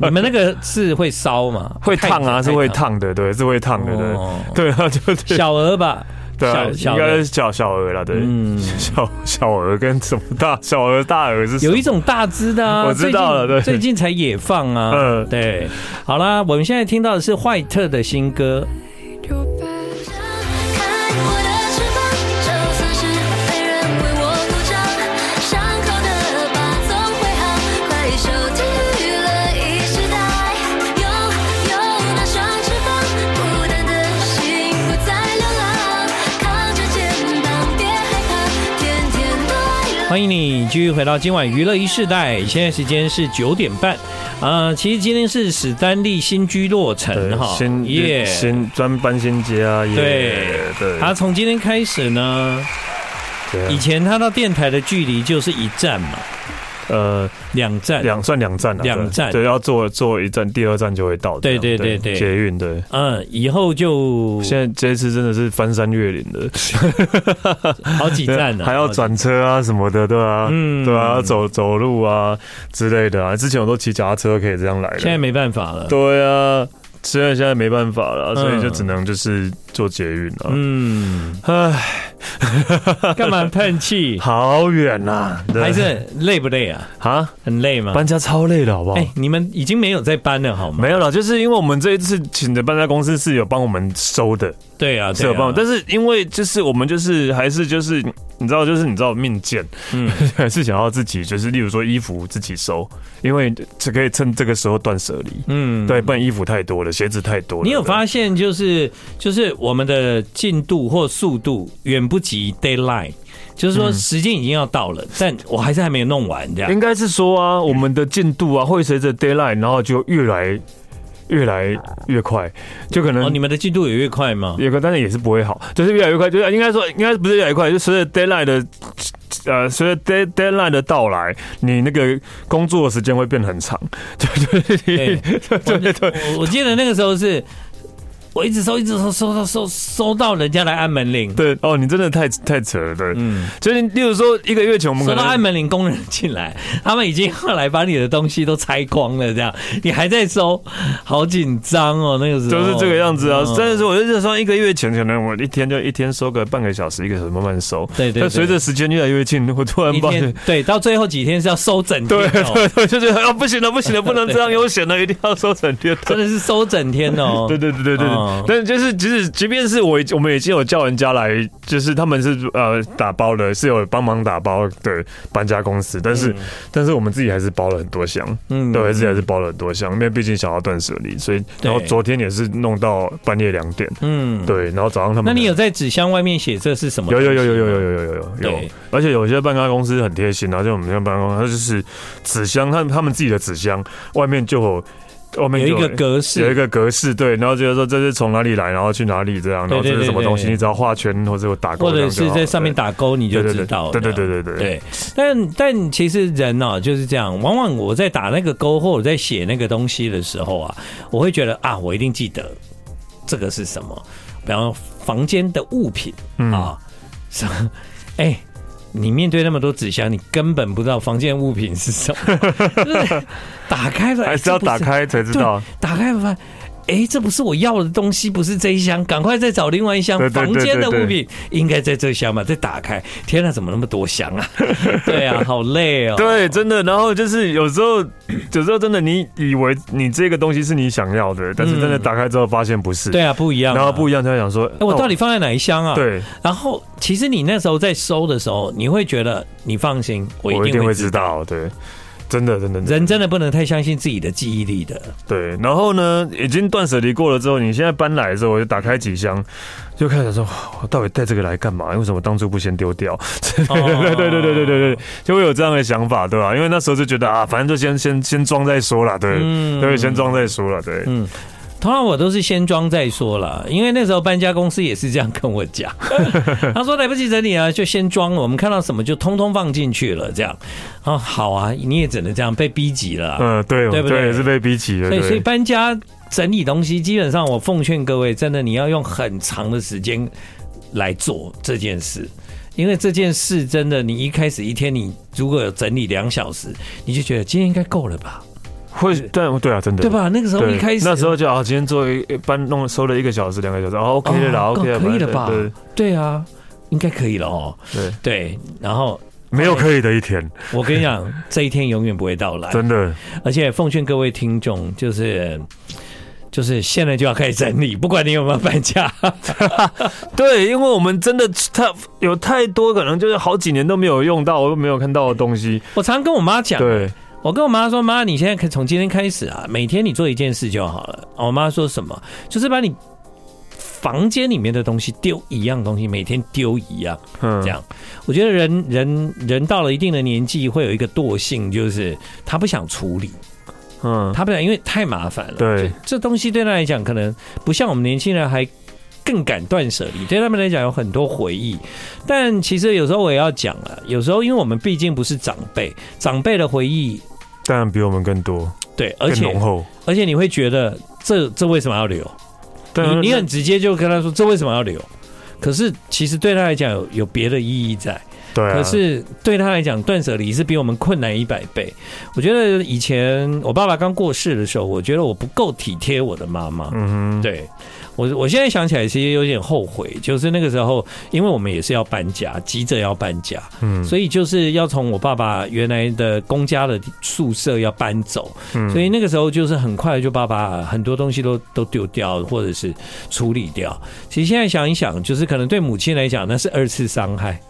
Speaker 2: 你们那个是会烧吗？
Speaker 4: 会烫啊，是会，烫的，对，是会烫的，
Speaker 2: 哦
Speaker 4: 对，对啊，就对
Speaker 2: 小蛾吧，
Speaker 4: 对啊，
Speaker 2: 小小
Speaker 4: 应该
Speaker 2: 蛾
Speaker 4: 是。小小蛾啦，对
Speaker 2: 嗯，
Speaker 4: 小小蛾跟什么大 小蛾大蛾是什么
Speaker 2: 有一种大只的啊，
Speaker 4: 我知道
Speaker 2: 最
Speaker 4: 了
Speaker 2: 近
Speaker 4: 对
Speaker 2: 最近才野放啊，
Speaker 4: 嗯
Speaker 2: 对，好啦，我们现在听到的是坏特的新歌，
Speaker 6: your best.
Speaker 3: 看我的翅膀，就算是没人为我鼓掌，伤口的疤总会好。快收听娱乐一时代，有有那双翅膀，孤单的心不再流浪，靠着肩膀别害怕，天天快乐。
Speaker 2: 欢迎你继续回到今晚娱乐一世代，现在时间是九点半，啊、其实今天是史丹利新居落成
Speaker 4: 对
Speaker 2: 哈，
Speaker 4: 先
Speaker 2: 耶
Speaker 4: 先专搬先接啊，耶
Speaker 2: 对
Speaker 4: 对，
Speaker 2: 他从今天开始呢，
Speaker 4: 对啊
Speaker 2: 以前他到电台的距离就是一站嘛，
Speaker 4: 呃
Speaker 2: 两站，
Speaker 4: 两算两站啊，
Speaker 2: 两
Speaker 4: 对
Speaker 2: 站
Speaker 4: 对，要坐坐一站，第二站就会到这样，
Speaker 2: 对对对对
Speaker 4: 捷运对。
Speaker 2: 嗯，以后就
Speaker 4: 现在这一次真的是翻山越岭 的，
Speaker 2: 好几站了，
Speaker 4: 啊 还要
Speaker 2: 好几
Speaker 4: 转车啊什么的，对啊，
Speaker 2: 嗯
Speaker 4: 对啊，要走走路啊之类的啊。之前我都骑脚踏车可以这样来的，
Speaker 2: 现在没办法了，
Speaker 4: 对啊，虽然现在没办法了，
Speaker 2: 嗯
Speaker 4: 所以就只能就是做捷运啊。
Speaker 2: 嗯，
Speaker 4: 唉，？
Speaker 2: 干嘛叹气
Speaker 4: 好远呐、 对
Speaker 2: 还是累不累啊？
Speaker 4: 啊，
Speaker 2: 很累吗？
Speaker 4: 搬家超累的好不好？
Speaker 2: 哎、你们已经没有在搬了好吗？
Speaker 4: 没有了，就是因为我们这一次请的搬家公司是有帮我们收的，
Speaker 2: 对啊，
Speaker 4: 是
Speaker 2: 对
Speaker 4: 有
Speaker 2: 啊，
Speaker 4: 帮我，但是因为就是我们就是还是就是你知道就是你知道命贱，
Speaker 2: 嗯
Speaker 4: 还是想要自己就是例如说衣服自己收，因为只可以趁这个时候断舍离，
Speaker 2: 嗯，
Speaker 4: 对，不然衣服太多了，鞋子太多了。
Speaker 2: 你有发现就是就是我们的进度或速度远不及 d a y l i n e 就是
Speaker 4: 嗯
Speaker 2: 说时间已经要到了，但我还是还没有弄完这样
Speaker 4: 应。该是说啊，我们的进度啊会随着 d a y l i g h t 然后就越来越来越快，就可
Speaker 2: 哦，
Speaker 4: 能
Speaker 2: 你们的进度有越快吗？
Speaker 4: 也可但是也是不会好，就是越来越快，就是应该说应该不是越来越快，就随着 d a y l i g h t 的呃随着 day deadline 的到来，你那个工作的时间会变很长，对对
Speaker 2: 对
Speaker 4: 对 对对，
Speaker 2: 我我记得那个时候是，我一直收，一直收，收到收收到人家来按门铃，
Speaker 4: 对哦，你真的太太扯了，对，
Speaker 2: 嗯，
Speaker 4: 就是例如说一个月前我们
Speaker 2: 收
Speaker 4: 可
Speaker 2: 到按
Speaker 4: 能。
Speaker 2: 门铃工人进 来，他们已经后来把你的东西都拆光了，这样你还在收，好紧张哦，那个时候
Speaker 4: 就是这个样子啊，
Speaker 2: 嗯
Speaker 4: 但是我就说一个月前，可能我一天就一天收个半个小时，一个小时慢慢收。
Speaker 2: 对对对
Speaker 4: 但随着时间越来越近，我突然
Speaker 2: 一
Speaker 4: 发现
Speaker 2: 天，对，到最后几天是要收整天
Speaker 4: 对
Speaker 2: 哦，
Speaker 4: 对对，就觉得啊不行了不行了，不能 这样悠闲了，一定要收整天。
Speaker 2: 真的是收整天哦，
Speaker 4: 对对对对对
Speaker 2: 嗯
Speaker 4: 对，但是就是即使即便是我已我们已经有叫人家来，就是他们是呃打包的，是有帮忙打包的搬家公司，但是但是我们自己还是包了很多箱，
Speaker 2: 嗯
Speaker 4: 嗯，对，自己还是包了很多箱，因为毕竟想要断舍离，所以
Speaker 2: 对
Speaker 4: 然后昨天也是弄到半夜两点，
Speaker 2: 嗯，
Speaker 4: 对，然后早上他们
Speaker 2: 那你有在纸箱外面写这是什么东
Speaker 4: 有
Speaker 2: 西
Speaker 4: 有
Speaker 2: 吗？
Speaker 4: 有有有有有有有有
Speaker 2: 对，
Speaker 4: 而且有些搬家公司很贴心啊，就我们那搬家公司，它就是纸箱，他他们自己的纸箱外面就有外面
Speaker 2: 有
Speaker 4: 就
Speaker 2: 一个格
Speaker 4: 有一
Speaker 2: 式，
Speaker 4: 个格式，对，然后就是说这是从哪里来，然后去哪里这样，然
Speaker 2: 对
Speaker 4: 后
Speaker 2: 对
Speaker 4: 这是什么
Speaker 2: 对对
Speaker 4: 东西，
Speaker 2: 对
Speaker 4: 你只要画圈或者有打勾
Speaker 2: 或
Speaker 4: 这
Speaker 2: 者
Speaker 4: 样就好
Speaker 2: 是
Speaker 4: 了，
Speaker 2: 在上面打勾，你就知道了。
Speaker 4: 对对对对对对
Speaker 2: 对，但但其实人哦、就是这样，往往我在打那个勾或者在写那个东西的时候啊，我会觉得啊，我一定记得这个是什么，比方说房间的物品
Speaker 4: 嗯
Speaker 2: 啊，什么哎。你面对那么多纸箱，你根本不知道房间物品是什么， 就是打开了
Speaker 4: 还是要打。
Speaker 2: 哎
Speaker 4: 开才
Speaker 2: 这
Speaker 4: 知
Speaker 2: 不
Speaker 4: 道
Speaker 2: 是，对，打开发现，哎，这不是我要的东西，不是这一箱，赶快再找另外一箱
Speaker 4: 对对
Speaker 2: 房
Speaker 4: 对
Speaker 2: 间的
Speaker 4: 对对
Speaker 2: 物品，应该在这箱吧？再打开，天哪，怎么那么多箱 啊？对啊，好累哦。
Speaker 4: 对，真的。然后就是有时候，有时候真的你以为你这个东西是你想要的，但是真的
Speaker 2: 嗯
Speaker 4: 打开之后发现不是，
Speaker 2: 对，啊，不一样啊。
Speaker 4: 然后不
Speaker 2: 一
Speaker 4: 一样，他会想说，
Speaker 2: 哎，我
Speaker 4: 那
Speaker 2: 到底放在哪一箱啊？。
Speaker 4: 对，
Speaker 2: 然后，其实你那时候在收的时候，你会觉得你放心，我
Speaker 4: 我
Speaker 2: 一
Speaker 4: 一
Speaker 2: 定
Speaker 4: 定
Speaker 2: 会
Speaker 4: 会
Speaker 2: 知
Speaker 4: 知
Speaker 2: 道。
Speaker 4: 道，对。真的真的真的
Speaker 2: 人真的不能太相信自己的记忆 力的。
Speaker 4: 对。然后呢，已经断舍离过了之后，你现在搬来的时候，我就打开几箱，就开始说，哇我到底带这个来干嘛？为什么当初不先丢掉？
Speaker 2: 哦
Speaker 4: 对对对对对对对，就会有这样的想法，对吧、因为那时候就觉得啊，反正就先先先装再说啦，对，
Speaker 2: 嗯
Speaker 4: 对，先装再说啦，对。
Speaker 2: 通常我都是先装再说啦，因为那时候搬家公司也是这样跟我讲， 他说来不及整理啊，就先装，我们看到什么就通通放进去了，这样。啊，好啊，你也只能这样，被逼急了啊、
Speaker 4: 嗯，对，
Speaker 2: 对不对
Speaker 4: 也是被逼急的，
Speaker 2: 所以，
Speaker 4: 对。
Speaker 2: 所以搬家整理东西，基本上我奉劝各位，真的你要用很长的时间来做这件事，因为这件事真的，你一开始一天你如果有整理两小时，你就觉得今天应该够了吧，
Speaker 4: 会，但对啊，真的，
Speaker 2: 对？吧？那个时候
Speaker 4: 对，
Speaker 2: 一开始
Speaker 4: 那时候就啊，今天做一搬弄收了一个小时、两个小时，哦，OK 的啦
Speaker 2: 哦
Speaker 4: ，OK 的，
Speaker 2: 可以了吧
Speaker 4: 对
Speaker 2: 对啊，应该可以了哦。
Speaker 4: 对，
Speaker 2: 对，然后
Speaker 4: 没有可以的一天，
Speaker 2: 我跟你讲，这一天永远不会到来。
Speaker 4: 真的，
Speaker 2: 而且奉劝各位听众，就是就是现在就要开始整理，不管你有没有搬家。
Speaker 4: 对，因为我们真的太有太多可能就是好几年都没有用到，我又没有看到的东西，
Speaker 2: 我常跟我妈讲，
Speaker 4: 对，
Speaker 2: 我跟我妈说，妈，你现在可以从今天开始啊，每天你做一件事就好了。我妈说什么？就是把你房间里面的东西丢一样东西，每天丢一样。
Speaker 4: 嗯
Speaker 2: 这样，我觉得人人人到了一定的年纪，会有一个惰性，就是他不想处理，
Speaker 4: 嗯，
Speaker 2: 他不想，因为太麻烦了。
Speaker 4: 对
Speaker 2: 这，这东西对他来讲，可能不像我们年轻人还更敢断舍离。对他们来讲，有很多回忆。但其实有时候我也要讲了，有时候因为我们毕竟不是长辈，长辈的回忆。
Speaker 4: 当然比我们更多，
Speaker 2: 对，而
Speaker 4: 更
Speaker 2: 且
Speaker 4: 浓厚。
Speaker 2: 而且你会觉得这这为什么要留？
Speaker 4: 对啊
Speaker 2: 你你很直接就跟他说这为什么要留？可是其实对他来讲有有别的意义在，
Speaker 4: 对啊，
Speaker 2: 可是对他来讲断舍离是比我们困难一百倍。我觉得以前我爸爸刚过世的时候，我觉得我不够体贴我的妈妈。
Speaker 4: 嗯哼，
Speaker 2: 对我，我现在想起来其实有点后悔，就是那个时候，因为我们也是要搬家，急着要搬家，
Speaker 4: 嗯，
Speaker 2: 所以就是要从我爸爸原来的公家的宿舍要搬走，
Speaker 4: 嗯
Speaker 2: 所以那个时候就是很快就把把很多东西都都丢掉，或者是处理掉。其实现在想一想，就是可能对母亲来讲那是二次伤害。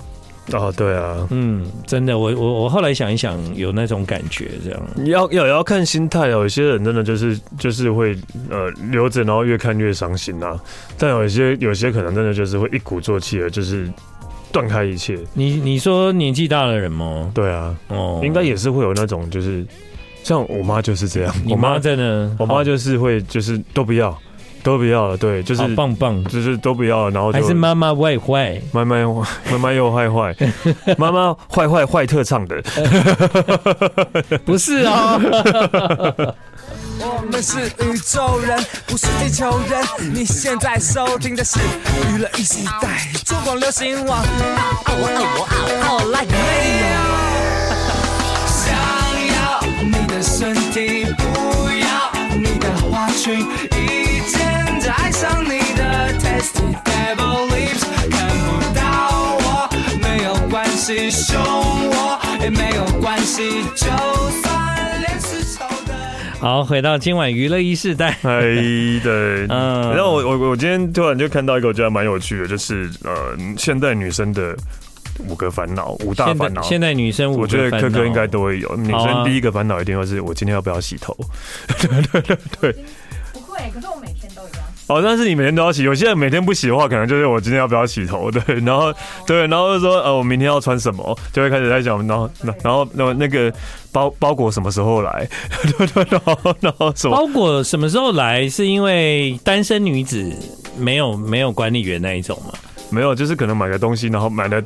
Speaker 4: 哦，对啊，
Speaker 2: 嗯，真的，我我我后来想一想，有那种感觉这样。
Speaker 4: 要要要看心态哦，有些人真的就是就是会呃留着，然后越看越伤心啊。但有一些有些可能真的就是会一鼓作气的，就是断开一切。
Speaker 2: 你你说年纪大的人吗？
Speaker 4: 对啊，
Speaker 2: 哦，
Speaker 4: 应该也是会有那种就是，像我妈就是这样，
Speaker 2: 你
Speaker 4: 我
Speaker 2: 妈
Speaker 4: 妈
Speaker 2: 真的，
Speaker 4: 我妈就是会就是都不要，都不要了，对，就
Speaker 2: 就是棒棒，
Speaker 4: 就是都不要了，然后就
Speaker 2: 还是妈妈外 坏。
Speaker 4: 慢慢慢慢又 坏坏，妈妈坏坏坏特唱的，
Speaker 2: 不是 哦，
Speaker 1: 我们是宇宙人，不是地球人。你现在收听的是娱乐一时代，中广流行网。哦哦哦哦，来没有？想要你的身体，不要你的花裙，一见就爱上你的 tasty devil lips，看不到我没有关系，凶我也没有关系，就算脸是丑的。
Speaker 2: 好，回到今晚娱乐一世代，
Speaker 4: 哎，对，
Speaker 2: 嗯
Speaker 4: 然后我我我今天突然就看到一个我觉得蛮有趣的，就是呃，现代女生的五个烦恼，五大
Speaker 2: 现
Speaker 4: 烦
Speaker 2: 在
Speaker 4: 恼。
Speaker 2: 现在女生五
Speaker 4: 我
Speaker 2: 个
Speaker 4: 觉得
Speaker 2: 烦
Speaker 4: 哥哥应该
Speaker 2: 恼
Speaker 4: 都会有，女
Speaker 2: 好啊
Speaker 4: 生第一个烦恼一定会是我今天要不要洗头。
Speaker 5: 不会，可是我每天都一样。
Speaker 4: 哦，但是你每天都要洗，有些人每天不洗的话，可能就是我今天要不要洗头，对， 然后对，然后就说呃，我明天要穿什么，就会开始在想，然后那然后那那个包包裹什么时候来， 对对，然后然后什么
Speaker 2: 包裹什么时候来？是因为单身女子没有没有管理员那一种嘛？
Speaker 4: 没有，就是可能买个东西，然后买的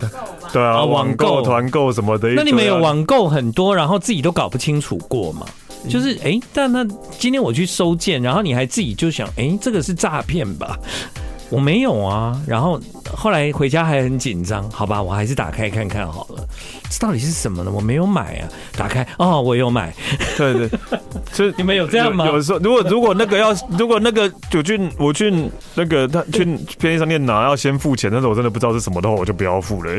Speaker 4: 对
Speaker 2: 啊
Speaker 4: 啊，
Speaker 2: 网
Speaker 4: 网
Speaker 2: 购
Speaker 4: 购团购什么的，啊
Speaker 2: 那你们
Speaker 4: 没
Speaker 2: 有？网购很多，然后自己都搞不清楚过吗？
Speaker 4: 嗯
Speaker 2: 就是哎、诶但那今天我去收件，然后你还自己就想，哎、这个是诈骗吧？ 我没有啊，然后后来回家还很紧张，好吧，我还是打开看看好了，这到底是什么呢？我没有买啊，打开哦，我有买，
Speaker 4: 对对，就
Speaker 2: 你们有这样吗
Speaker 4: 有有时候，如果如果那个要，如果那个我去我去那个他去便利商店拿要先付钱，但是我真的不知道是什么的话，我就不要付了，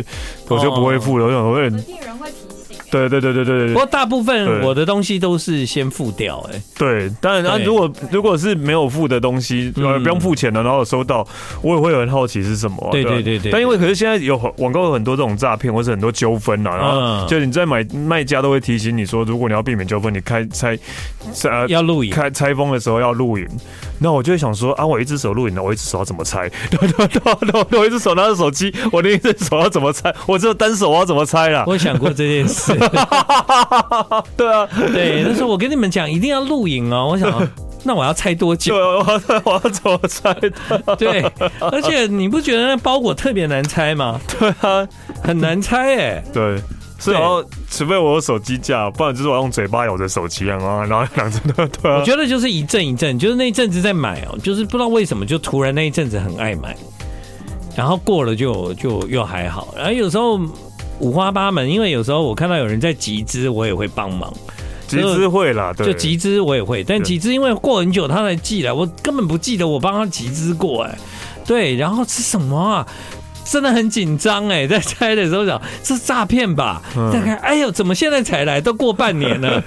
Speaker 4: 我就不会付了。我想说，哎
Speaker 5: 可是店员会提醒、
Speaker 4: 对对对对对
Speaker 2: 不
Speaker 4: 对
Speaker 2: 过大部分
Speaker 4: 对
Speaker 2: 我的东西都是先付掉、哎，
Speaker 4: 对。当然，啊，
Speaker 2: 对
Speaker 4: 如果如果是没有付的东西，呃，
Speaker 2: 嗯
Speaker 4: 不用付钱的，然后收到，我也会很好奇是什么啊。
Speaker 2: 对
Speaker 4: 吧
Speaker 2: 对对对
Speaker 4: 但因为可是现在有很网购有很多这种诈骗，或是很多纠纷啊，然后
Speaker 2: 嗯
Speaker 4: 就你在买卖家都会提醒你说，如果你要避免纠纷，你开拆拆
Speaker 2: 要录影。
Speaker 4: 开拆封的时候要录影，那我就会想说啊，我一只手录影了，我一只手要怎么拆？对对对对对，我一只手拿着手机，我另一只手要怎么拆？我只有单手，我要怎么拆啦？
Speaker 2: 我想过这件 事，
Speaker 4: 对啊，
Speaker 2: 对，但是我跟你们讲，一定要录影哦。我 想，那我要猜多
Speaker 4: 对，啊
Speaker 2: 久？
Speaker 4: 我要 我要怎么拆 的？
Speaker 2: 对，而且你不觉得那包裹特别难拆吗？
Speaker 4: 对啊，
Speaker 2: 很难拆哎、
Speaker 4: 对。是，
Speaker 2: 对
Speaker 4: 然后除非我有手机架，不然就是我用嘴巴咬着手机啊，然后然后两只都对啊
Speaker 2: 我，觉得就是一阵一阵，就是那一阵子在买哦，就是不知道为什么就突然那一阵子很爱买，然后过了就就又还好，然后有时候五花八门，因为有时候我看到有人在集资，我也会帮忙，
Speaker 4: 集资会啦，对，
Speaker 2: 就集资我也会，但
Speaker 4: 对
Speaker 2: 集资因为过很久他才寄来，我根本不记得我帮他集资过哎、对，然后是什么啊？真的很紧张哎，在拆的时候想这是诈骗吧？
Speaker 4: 嗯
Speaker 2: 大概哎呦，怎么现在才来？都过半年了。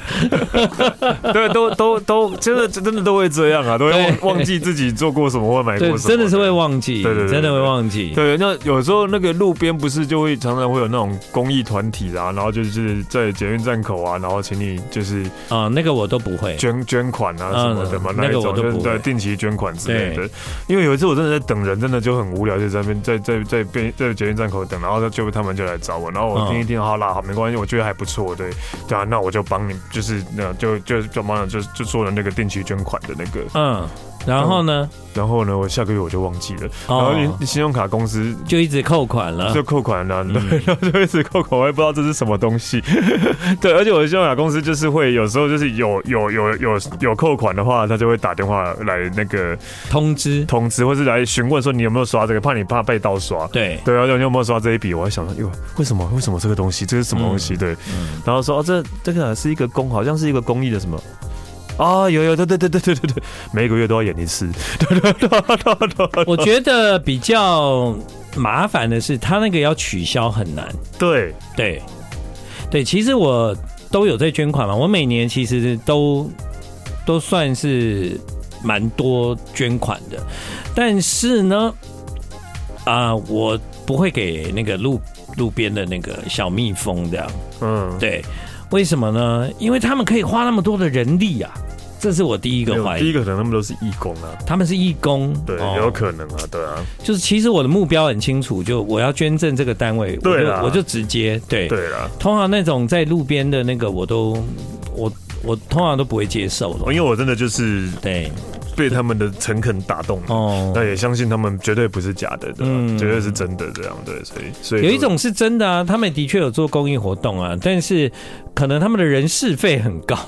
Speaker 4: 对，都都都，真的真的都会这样啊，都会
Speaker 2: 对
Speaker 4: 忘忘记自己做过什么或买过什
Speaker 2: 对，
Speaker 4: 么，
Speaker 2: 真的是会忘记，
Speaker 4: 对对对对
Speaker 2: 真的会忘记。
Speaker 4: 对，那有时候那个路边不是就会常常会有那种公益团体啊，然后就是在捷运站口啊，然后请你就是
Speaker 2: 啊、那个我都不会。
Speaker 4: 捐捐款啊什么的嘛，
Speaker 2: 嗯
Speaker 4: 那
Speaker 2: 那
Speaker 4: 一
Speaker 2: 个
Speaker 4: 种
Speaker 2: 我都
Speaker 4: 就是
Speaker 2: 不会
Speaker 4: 对定期捐款之类的。因为有一次我真的在等人，真的就很无聊，就在那边在在在边在捷运站口等，然后就他们就来找我，然后我
Speaker 2: 嗯
Speaker 4: 听一听，好啦，好没关系，我觉得还不错，对对啊，那我就帮你，就是那就就就帮了就就做了那个定期捐款的那个，
Speaker 2: 嗯，然后呢，
Speaker 4: 然后呢，我下个月我就忘记了，然后
Speaker 2: 哦，
Speaker 4: 信用卡公司
Speaker 2: 就一直扣款了
Speaker 4: 就。扣款了、
Speaker 2: 嗯
Speaker 4: 对，然后就一直扣款，我也不知道这是什么东西。 对，而且我的信用卡公司就是会有时候就是有有有有有扣款的话，他就会打电话来那个
Speaker 2: 通知，
Speaker 4: 通知，或是来询问说你有没有刷这个，怕你怕被盗刷。
Speaker 2: 对，
Speaker 4: 对，然后你有没有刷这一笔？我还想说，哟，为什么？为什么这个东西？这是什么东
Speaker 2: 嗯
Speaker 4: 西？对，然后说哦，这这个是一个公，好像是一个公益的什么。啊、有有对对对对对对对，每个月都要演一次，对对对对对对
Speaker 2: 我觉得比较麻烦的是，他那个要取消很难。
Speaker 4: 对，
Speaker 2: 对，对，其实我都有在捐款嘛，我每年其实都都算是蛮多捐款的，但是呢，啊、我不会给那个路路边的那个小蜜蜂这样。
Speaker 4: 嗯，
Speaker 2: 对，为什么呢？因为他们可以花那么多的人力啊，这是我第一
Speaker 4: 没
Speaker 2: 个
Speaker 4: 有
Speaker 2: 怀
Speaker 4: 第一
Speaker 2: 疑。
Speaker 4: 个可能他们都是义工啊，
Speaker 2: 他们是义工，
Speaker 4: 对，
Speaker 2: 哦
Speaker 4: 有可能啊，对啊，
Speaker 2: 就是其实我的目标很清楚，就我要捐赠这个单位，
Speaker 4: 对
Speaker 2: 我
Speaker 4: 啦
Speaker 2: 就我就直接对。
Speaker 4: 对啦，
Speaker 2: 通常那种在路边的那个，我都我我通常都不会接受
Speaker 4: 哦因
Speaker 2: 了。
Speaker 4: 为我真的就是
Speaker 2: 对，
Speaker 4: 被他们的诚恳打动了，
Speaker 2: 哦
Speaker 4: 那，也相信他们绝对不是假的，对吧？
Speaker 2: 嗯
Speaker 4: 绝对是真的这样，对，所以所以
Speaker 2: 有一种是真的啊，他们的确有做公益活动啊，但是可能他们的人事费很 高，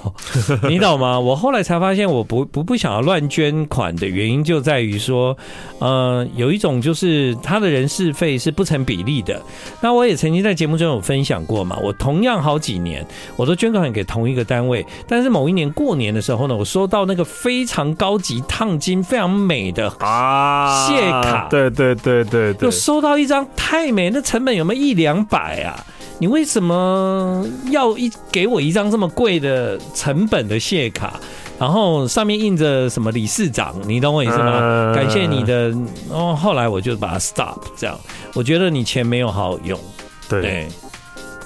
Speaker 2: 你懂吗？我后来才发现，我不不不想要乱捐款的原因就在于说，呃，有一种就是他的人事费是不成比例的。那我也曾经在节目中有分享过嘛，我同样好几年我都捐款给同一个单位，但是某一年过年的时候呢，我收到那个非常高级、烫金、非常美的
Speaker 4: 啊
Speaker 2: 谢卡
Speaker 4: 对对对对对
Speaker 2: 就，收到一张太美，那成本有没有一两百啊？你为什么要一给我一张这么贵的成本的谢卡？然后上面印着什么理事长，你懂我意思吗？
Speaker 4: 嗯
Speaker 2: 感谢你的。哦，后来我就把它 stop 这样，我觉得你钱没有好好用。
Speaker 4: 对，
Speaker 2: 对，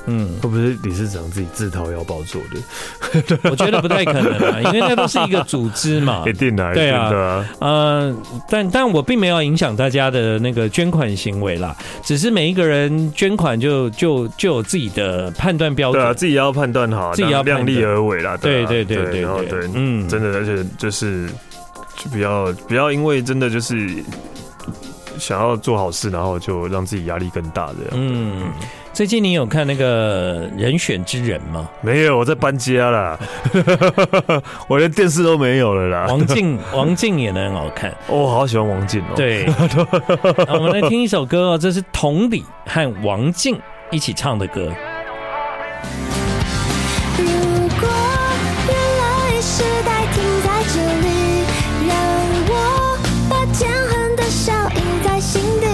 Speaker 2: 嗯，
Speaker 4: 会不会理事长自己自掏腰包做的？
Speaker 2: 我觉得不太可能啊，因为那都是一个组织 嘛
Speaker 4: 一。定的，一
Speaker 2: 对
Speaker 4: 定
Speaker 2: 啊
Speaker 4: 的啊，
Speaker 2: 呃，但但我并没有影响大家的那个捐款行为啦，只是每一个人捐款就就就有自己的判断标
Speaker 4: 对
Speaker 2: 准。
Speaker 4: 啊，自己要判断好，
Speaker 2: 自己要判
Speaker 4: 量
Speaker 2: 断
Speaker 4: 力而为啦，
Speaker 2: 对
Speaker 4: 啊
Speaker 2: 对对对
Speaker 4: 然后
Speaker 2: 对
Speaker 4: 对，
Speaker 2: 嗯
Speaker 4: 真的，而且就是就不要不要因为真的就是想要做好事，然后就让自己压力更大这样。
Speaker 2: 嗯，最近你有看那个《人选之人》吗？
Speaker 4: 没有，我在搬家 啦，我连电视都没有了啦。
Speaker 2: 王静，王静演的很好看。
Speaker 4: 啊哦，我好喜欢王静哦。，
Speaker 2: 对，那我们来听一首歌哦，这是同理和王静一起唱的歌。
Speaker 3: 如果原来时代停在这里，让我把天恨的笑印在心底。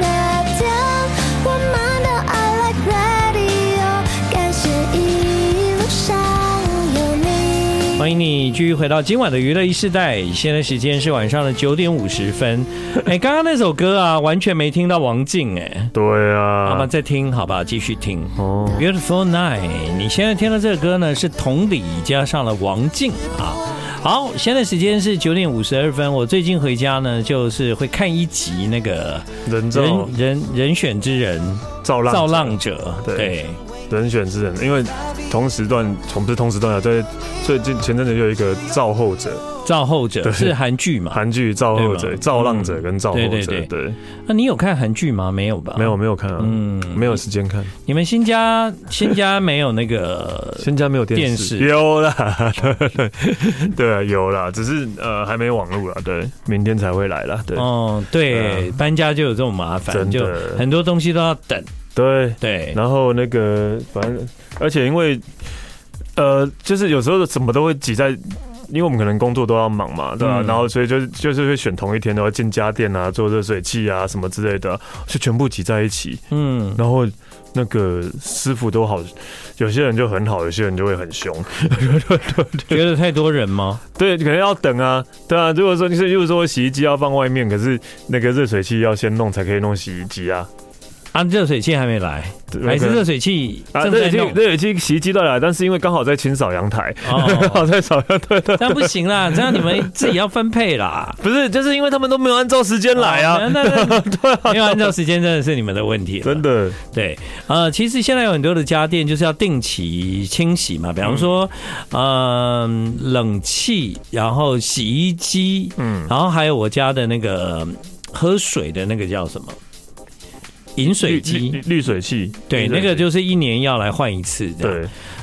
Speaker 3: But then，我们的 I like radio，感谢一
Speaker 2: 欢迎你继续回到今晚的娱乐一世代，现在时间是晚上的九点五十分。哎，刚刚那首歌啊，完全没听到王静哎，
Speaker 4: 对
Speaker 2: 好吧，
Speaker 4: 啊，
Speaker 2: 再听好吧，继续听。
Speaker 4: 哦，
Speaker 2: Beautiful Night，你现在听到这个歌呢是同理加上了王静啊。好，现在时间是九点五十二分。我最近回家呢，就是会看一集那个
Speaker 4: 人造
Speaker 2: 人人人选之人
Speaker 4: 造浪
Speaker 2: 造浪者，
Speaker 4: 对
Speaker 2: 对，
Speaker 4: 人选之人，因为同时段，从不是同时段啊，在最近前阵子就有一个造后者，
Speaker 2: 造后者
Speaker 4: 对
Speaker 2: 是韩剧嘛？
Speaker 4: 韩剧造后
Speaker 2: 对
Speaker 4: 者、
Speaker 2: 嘛嗯
Speaker 4: 造浪者跟造后
Speaker 2: 对
Speaker 4: 者
Speaker 2: 对对，
Speaker 4: 对，
Speaker 2: 那、啊你有看韩剧吗？没有吧？
Speaker 4: 没有。没有看啊，
Speaker 2: 嗯，
Speaker 4: 没有时间看，
Speaker 2: 你们新家新家没有那个
Speaker 4: 新家没有电视，
Speaker 2: 电视
Speaker 4: 有啦， 对对对啊，有啦，只是呃还没网络啦，对，明天才会来啦， 对啊
Speaker 2: 哦，对，搬家就有这种麻烦，
Speaker 4: 真的
Speaker 2: 就很多东西都要等。
Speaker 4: 对，
Speaker 2: 对，
Speaker 4: 然后那个反正，而且因为呃，就是有时候什么都会挤在，因为我们可能工作都要忙嘛，对吧、
Speaker 2: 嗯
Speaker 4: 然后所以就就是会选同一天，然后进家电啊、做热水器啊什么之类的，就全部挤在一起。
Speaker 2: 嗯，
Speaker 4: 然后那个师傅都好，有些人就很好，有些人就会很凶。
Speaker 2: 觉得太多人吗？
Speaker 4: 对，可能要等啊，对啊。如果说你是，就是说洗衣机要放外面，可是那个热水器要先弄才可以弄洗衣机啊。
Speaker 2: 啊，热水器还没来，
Speaker 4: 对
Speaker 2: 还是
Speaker 4: 可能
Speaker 2: 热水器
Speaker 4: 啊，
Speaker 2: 正
Speaker 4: 热
Speaker 2: 在
Speaker 4: 水器
Speaker 2: 弄？
Speaker 4: 热水器洗衣机到来，但是因为刚好在清扫阳台，
Speaker 2: 哦，
Speaker 4: 好在扫阳台，对
Speaker 2: 但不行 啦，这样你们自己要分配啦。
Speaker 4: 不是，就是因为他们都没有按照时间来
Speaker 2: 哦
Speaker 4: 啊，
Speaker 2: 那 那那没有按照时间真的是你们的问题了，
Speaker 4: 真的，
Speaker 2: 对，呃，其实现在有很多的家电就是要定期清洗嘛，比方说，嗯、冷气，然后洗衣机，
Speaker 4: 嗯，
Speaker 2: 然后还有我家的那个呃喝水的那个叫什么饮水
Speaker 4: 滤
Speaker 2: 机，
Speaker 4: 滤水器，
Speaker 2: 对，
Speaker 4: 滤水
Speaker 2: 那
Speaker 4: 器
Speaker 2: 个就是一年要来换一次这样。
Speaker 4: 对，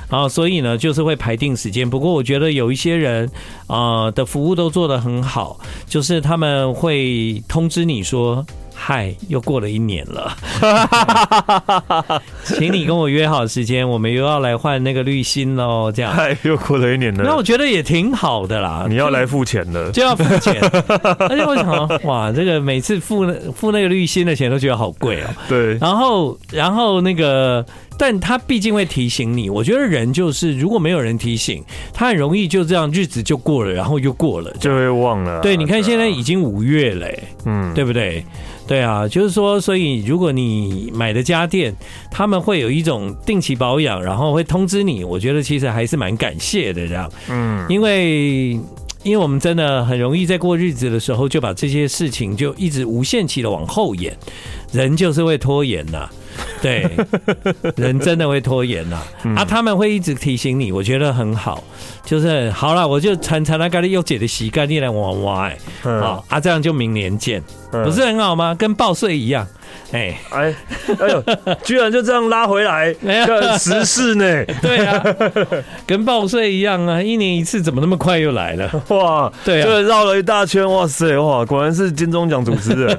Speaker 2: 然后啊所以呢，就是会排定时间。不过我觉得有一些人，呃，的服务都做得很好，就是他们会通知你说。嗨，又过了一年了， 请你跟我约好时间，我们又要来换那个滤芯喽。这样，
Speaker 4: 嗨，哎又过了一年
Speaker 2: 啊那我
Speaker 4: 了，
Speaker 2: 觉得也挺好的啦。
Speaker 4: 你要来付钱了，
Speaker 2: 就要付 钱，而且我想，哇，这个每次付那付那个滤芯的钱都觉得好贵哦。
Speaker 4: 对，
Speaker 2: 然后，然后那个，但他毕竟会提醒你。我觉得人就是，如果没有人提醒，他很容易就这样日子就过了，然后又过了。
Speaker 4: 就会忘了啊。
Speaker 2: 对，你看现在
Speaker 4: 对啊
Speaker 2: 已经五月欸嘞、
Speaker 4: 嗯，
Speaker 2: 对不对？对啊，就是说，所以如果你买的家电，他们会有一种定期保养，然后会通知你。我觉得其实还是蛮感谢的这样。
Speaker 4: 嗯，
Speaker 2: 因为因为我们真的很容易在过日子的时候就把这些事情就一直无限期的往后延，人就是会拖延呐、 对，人真的会拖延呐、
Speaker 4: 嗯
Speaker 2: 啊，他们会一直提醒你，我觉得很好，就是好了，我就常常那个又姐的洗干净来玩玩哎，
Speaker 4: 嗯
Speaker 2: 好，啊，这样就明年见，
Speaker 4: 嗯
Speaker 2: 不是很好吗？跟报税一样，哎，
Speaker 4: 哎，哎 呦，居然就这样拉回来，
Speaker 2: 没有
Speaker 4: 看时事 呢，
Speaker 2: 对啊，跟报税一样啊，一年一次，怎么那么快又来了？
Speaker 4: 哇，
Speaker 2: 对啊
Speaker 4: 这绕了一大圈，哇塞，哇，果然是金钟奖主持 人，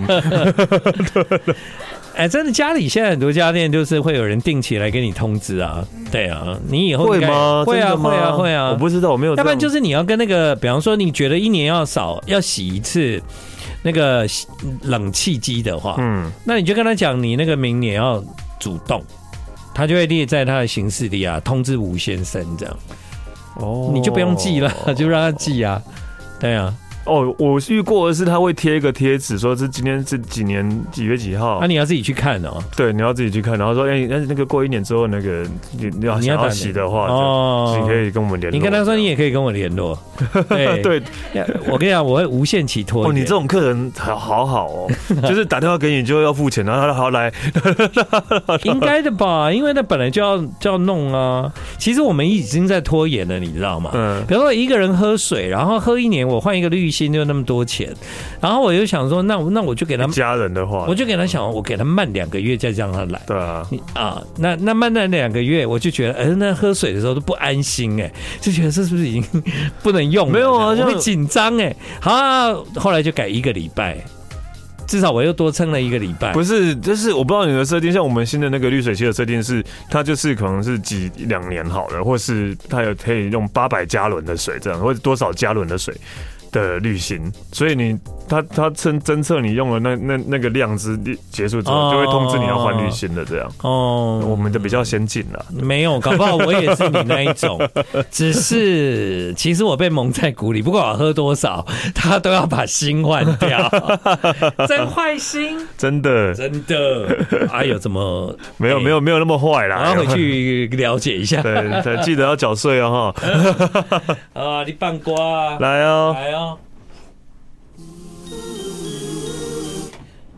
Speaker 2: 哎，真的，家里现在很多家电就是会有人定期来给你通知啊。对啊，你以后
Speaker 4: 会
Speaker 2: 应该
Speaker 4: 吗？
Speaker 2: 会啊，
Speaker 4: 真的
Speaker 2: 会
Speaker 4: 吗
Speaker 2: 啊，会啊。
Speaker 4: 我不知道，我没有这
Speaker 2: 要
Speaker 4: 样，
Speaker 2: 不然就是你要跟那个，比方说你觉得一年要少要洗一次那个洗冷气机的话，
Speaker 4: 嗯，
Speaker 2: 那你就跟他讲，你那个明年要主动。他就会列在他的行事历啊，通知吴先生这样，
Speaker 4: 哦
Speaker 2: 你就不用记了，就让他记啊。对啊，
Speaker 4: 哦，我遇过的是他会贴一个贴纸，说是今天是几年几月几号，
Speaker 2: 那、你要自己去看哦。
Speaker 4: 对，你要自己去看，然后说，哎、但是那个过一年之后，那个你你要
Speaker 2: 你
Speaker 4: 想
Speaker 2: 要
Speaker 4: 要
Speaker 2: 打
Speaker 4: 洗的话，哦，
Speaker 2: 哦
Speaker 4: 你可以跟我们联络。
Speaker 2: 你跟他说，你也可以跟我联络。对
Speaker 4: 对，
Speaker 2: 我跟你讲，我会无限期拖
Speaker 4: 哦，
Speaker 2: 延。
Speaker 4: 你这种客人好好好 哦，就是打电话给你就要付钱，然后他好来，
Speaker 2: 应该的吧？因为那本来就要就要弄啊。其实我们已经在拖延了，你知道吗？
Speaker 4: 嗯
Speaker 2: 比如说一个人喝水，然后喝一年，我换一个滤芯就那么多钱，然后我就想说，那那我就给他，
Speaker 4: 家人的话，
Speaker 2: 我就给他想，我给他慢两个月再让他来。
Speaker 4: 对啊，
Speaker 2: 你啊，那那慢那两个月，我就觉得，哎、那喝水的时候都不安心、哎，就觉得这是不是已经 不能用了？
Speaker 4: 没有啊
Speaker 2: 这样我会
Speaker 4: 像
Speaker 2: 紧张哎。好、啊，后来就改一个礼拜，至少我又多撑了一个礼拜。
Speaker 4: 不是，就是我不知道你的设定，像我们新的那个滤水器的设定是，它就是可能是几两年好了，或是它有可以用八百加仑的水这样，或者多少加仑的水，的滤芯，所以你它它侦侦测你用了那那那个量之结束之后，
Speaker 2: 哦
Speaker 4: 就会通知你要换滤芯了。这样，
Speaker 2: 哦，嗯
Speaker 4: 我们的比较先进了。
Speaker 2: 没有，搞不好我也是你那一种，只是其实我被蒙在鼓里，不管我喝多少，他都要把心换掉， 真坏心，
Speaker 4: 真的
Speaker 2: 真的，哎呦，怎么
Speaker 4: 没有没有，没有那么坏
Speaker 2: 我要
Speaker 4: 啦。
Speaker 2: 回去了解一下
Speaker 4: 对对，记得要缴税哦哈。
Speaker 2: 啊，你半瓜啊，
Speaker 4: 来哦，
Speaker 2: 来哦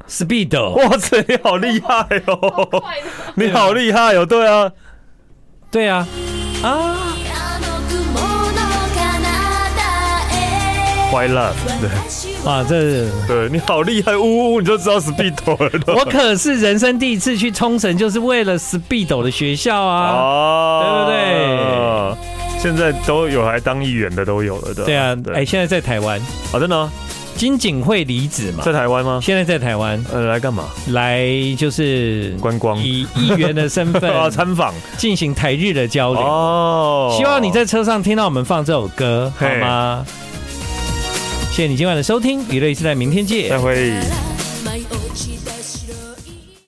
Speaker 2: ，Speed，哦
Speaker 4: 哇塞，你好厉害
Speaker 5: 好
Speaker 4: 哦！
Speaker 5: 快的，
Speaker 4: 你好厉害哦，对啊，
Speaker 2: 对啊，啊，
Speaker 3: あの雲の彼方へ
Speaker 4: 坏了，对
Speaker 2: 哇，这。
Speaker 4: 对，你好厉害，呜呜，你就知道 speed 了。
Speaker 2: 我可是人生第一次去冲绳，就是为了 Speedo 的学校啊。
Speaker 4: 哦，对不对？现在都有还当议员的都有了，对吧
Speaker 2: 对啊，哎、
Speaker 4: 对，
Speaker 2: 现在在台湾，
Speaker 4: 啊，真的啊
Speaker 2: 金警会离职嘛
Speaker 4: 在，台湾吗？
Speaker 2: 现在在台湾
Speaker 4: 呃，来干嘛？
Speaker 2: 来就是
Speaker 4: 观光
Speaker 2: 以议员的身 份
Speaker 4: 啊，参访
Speaker 2: 进行台日的交流。
Speaker 4: 哦。
Speaker 2: 希望你在车上听到我们放这首歌，好
Speaker 4: 嘿
Speaker 2: 吗？谢谢你今晚的收听，娱乐一次在明天见
Speaker 4: 再。会。
Speaker 3: 「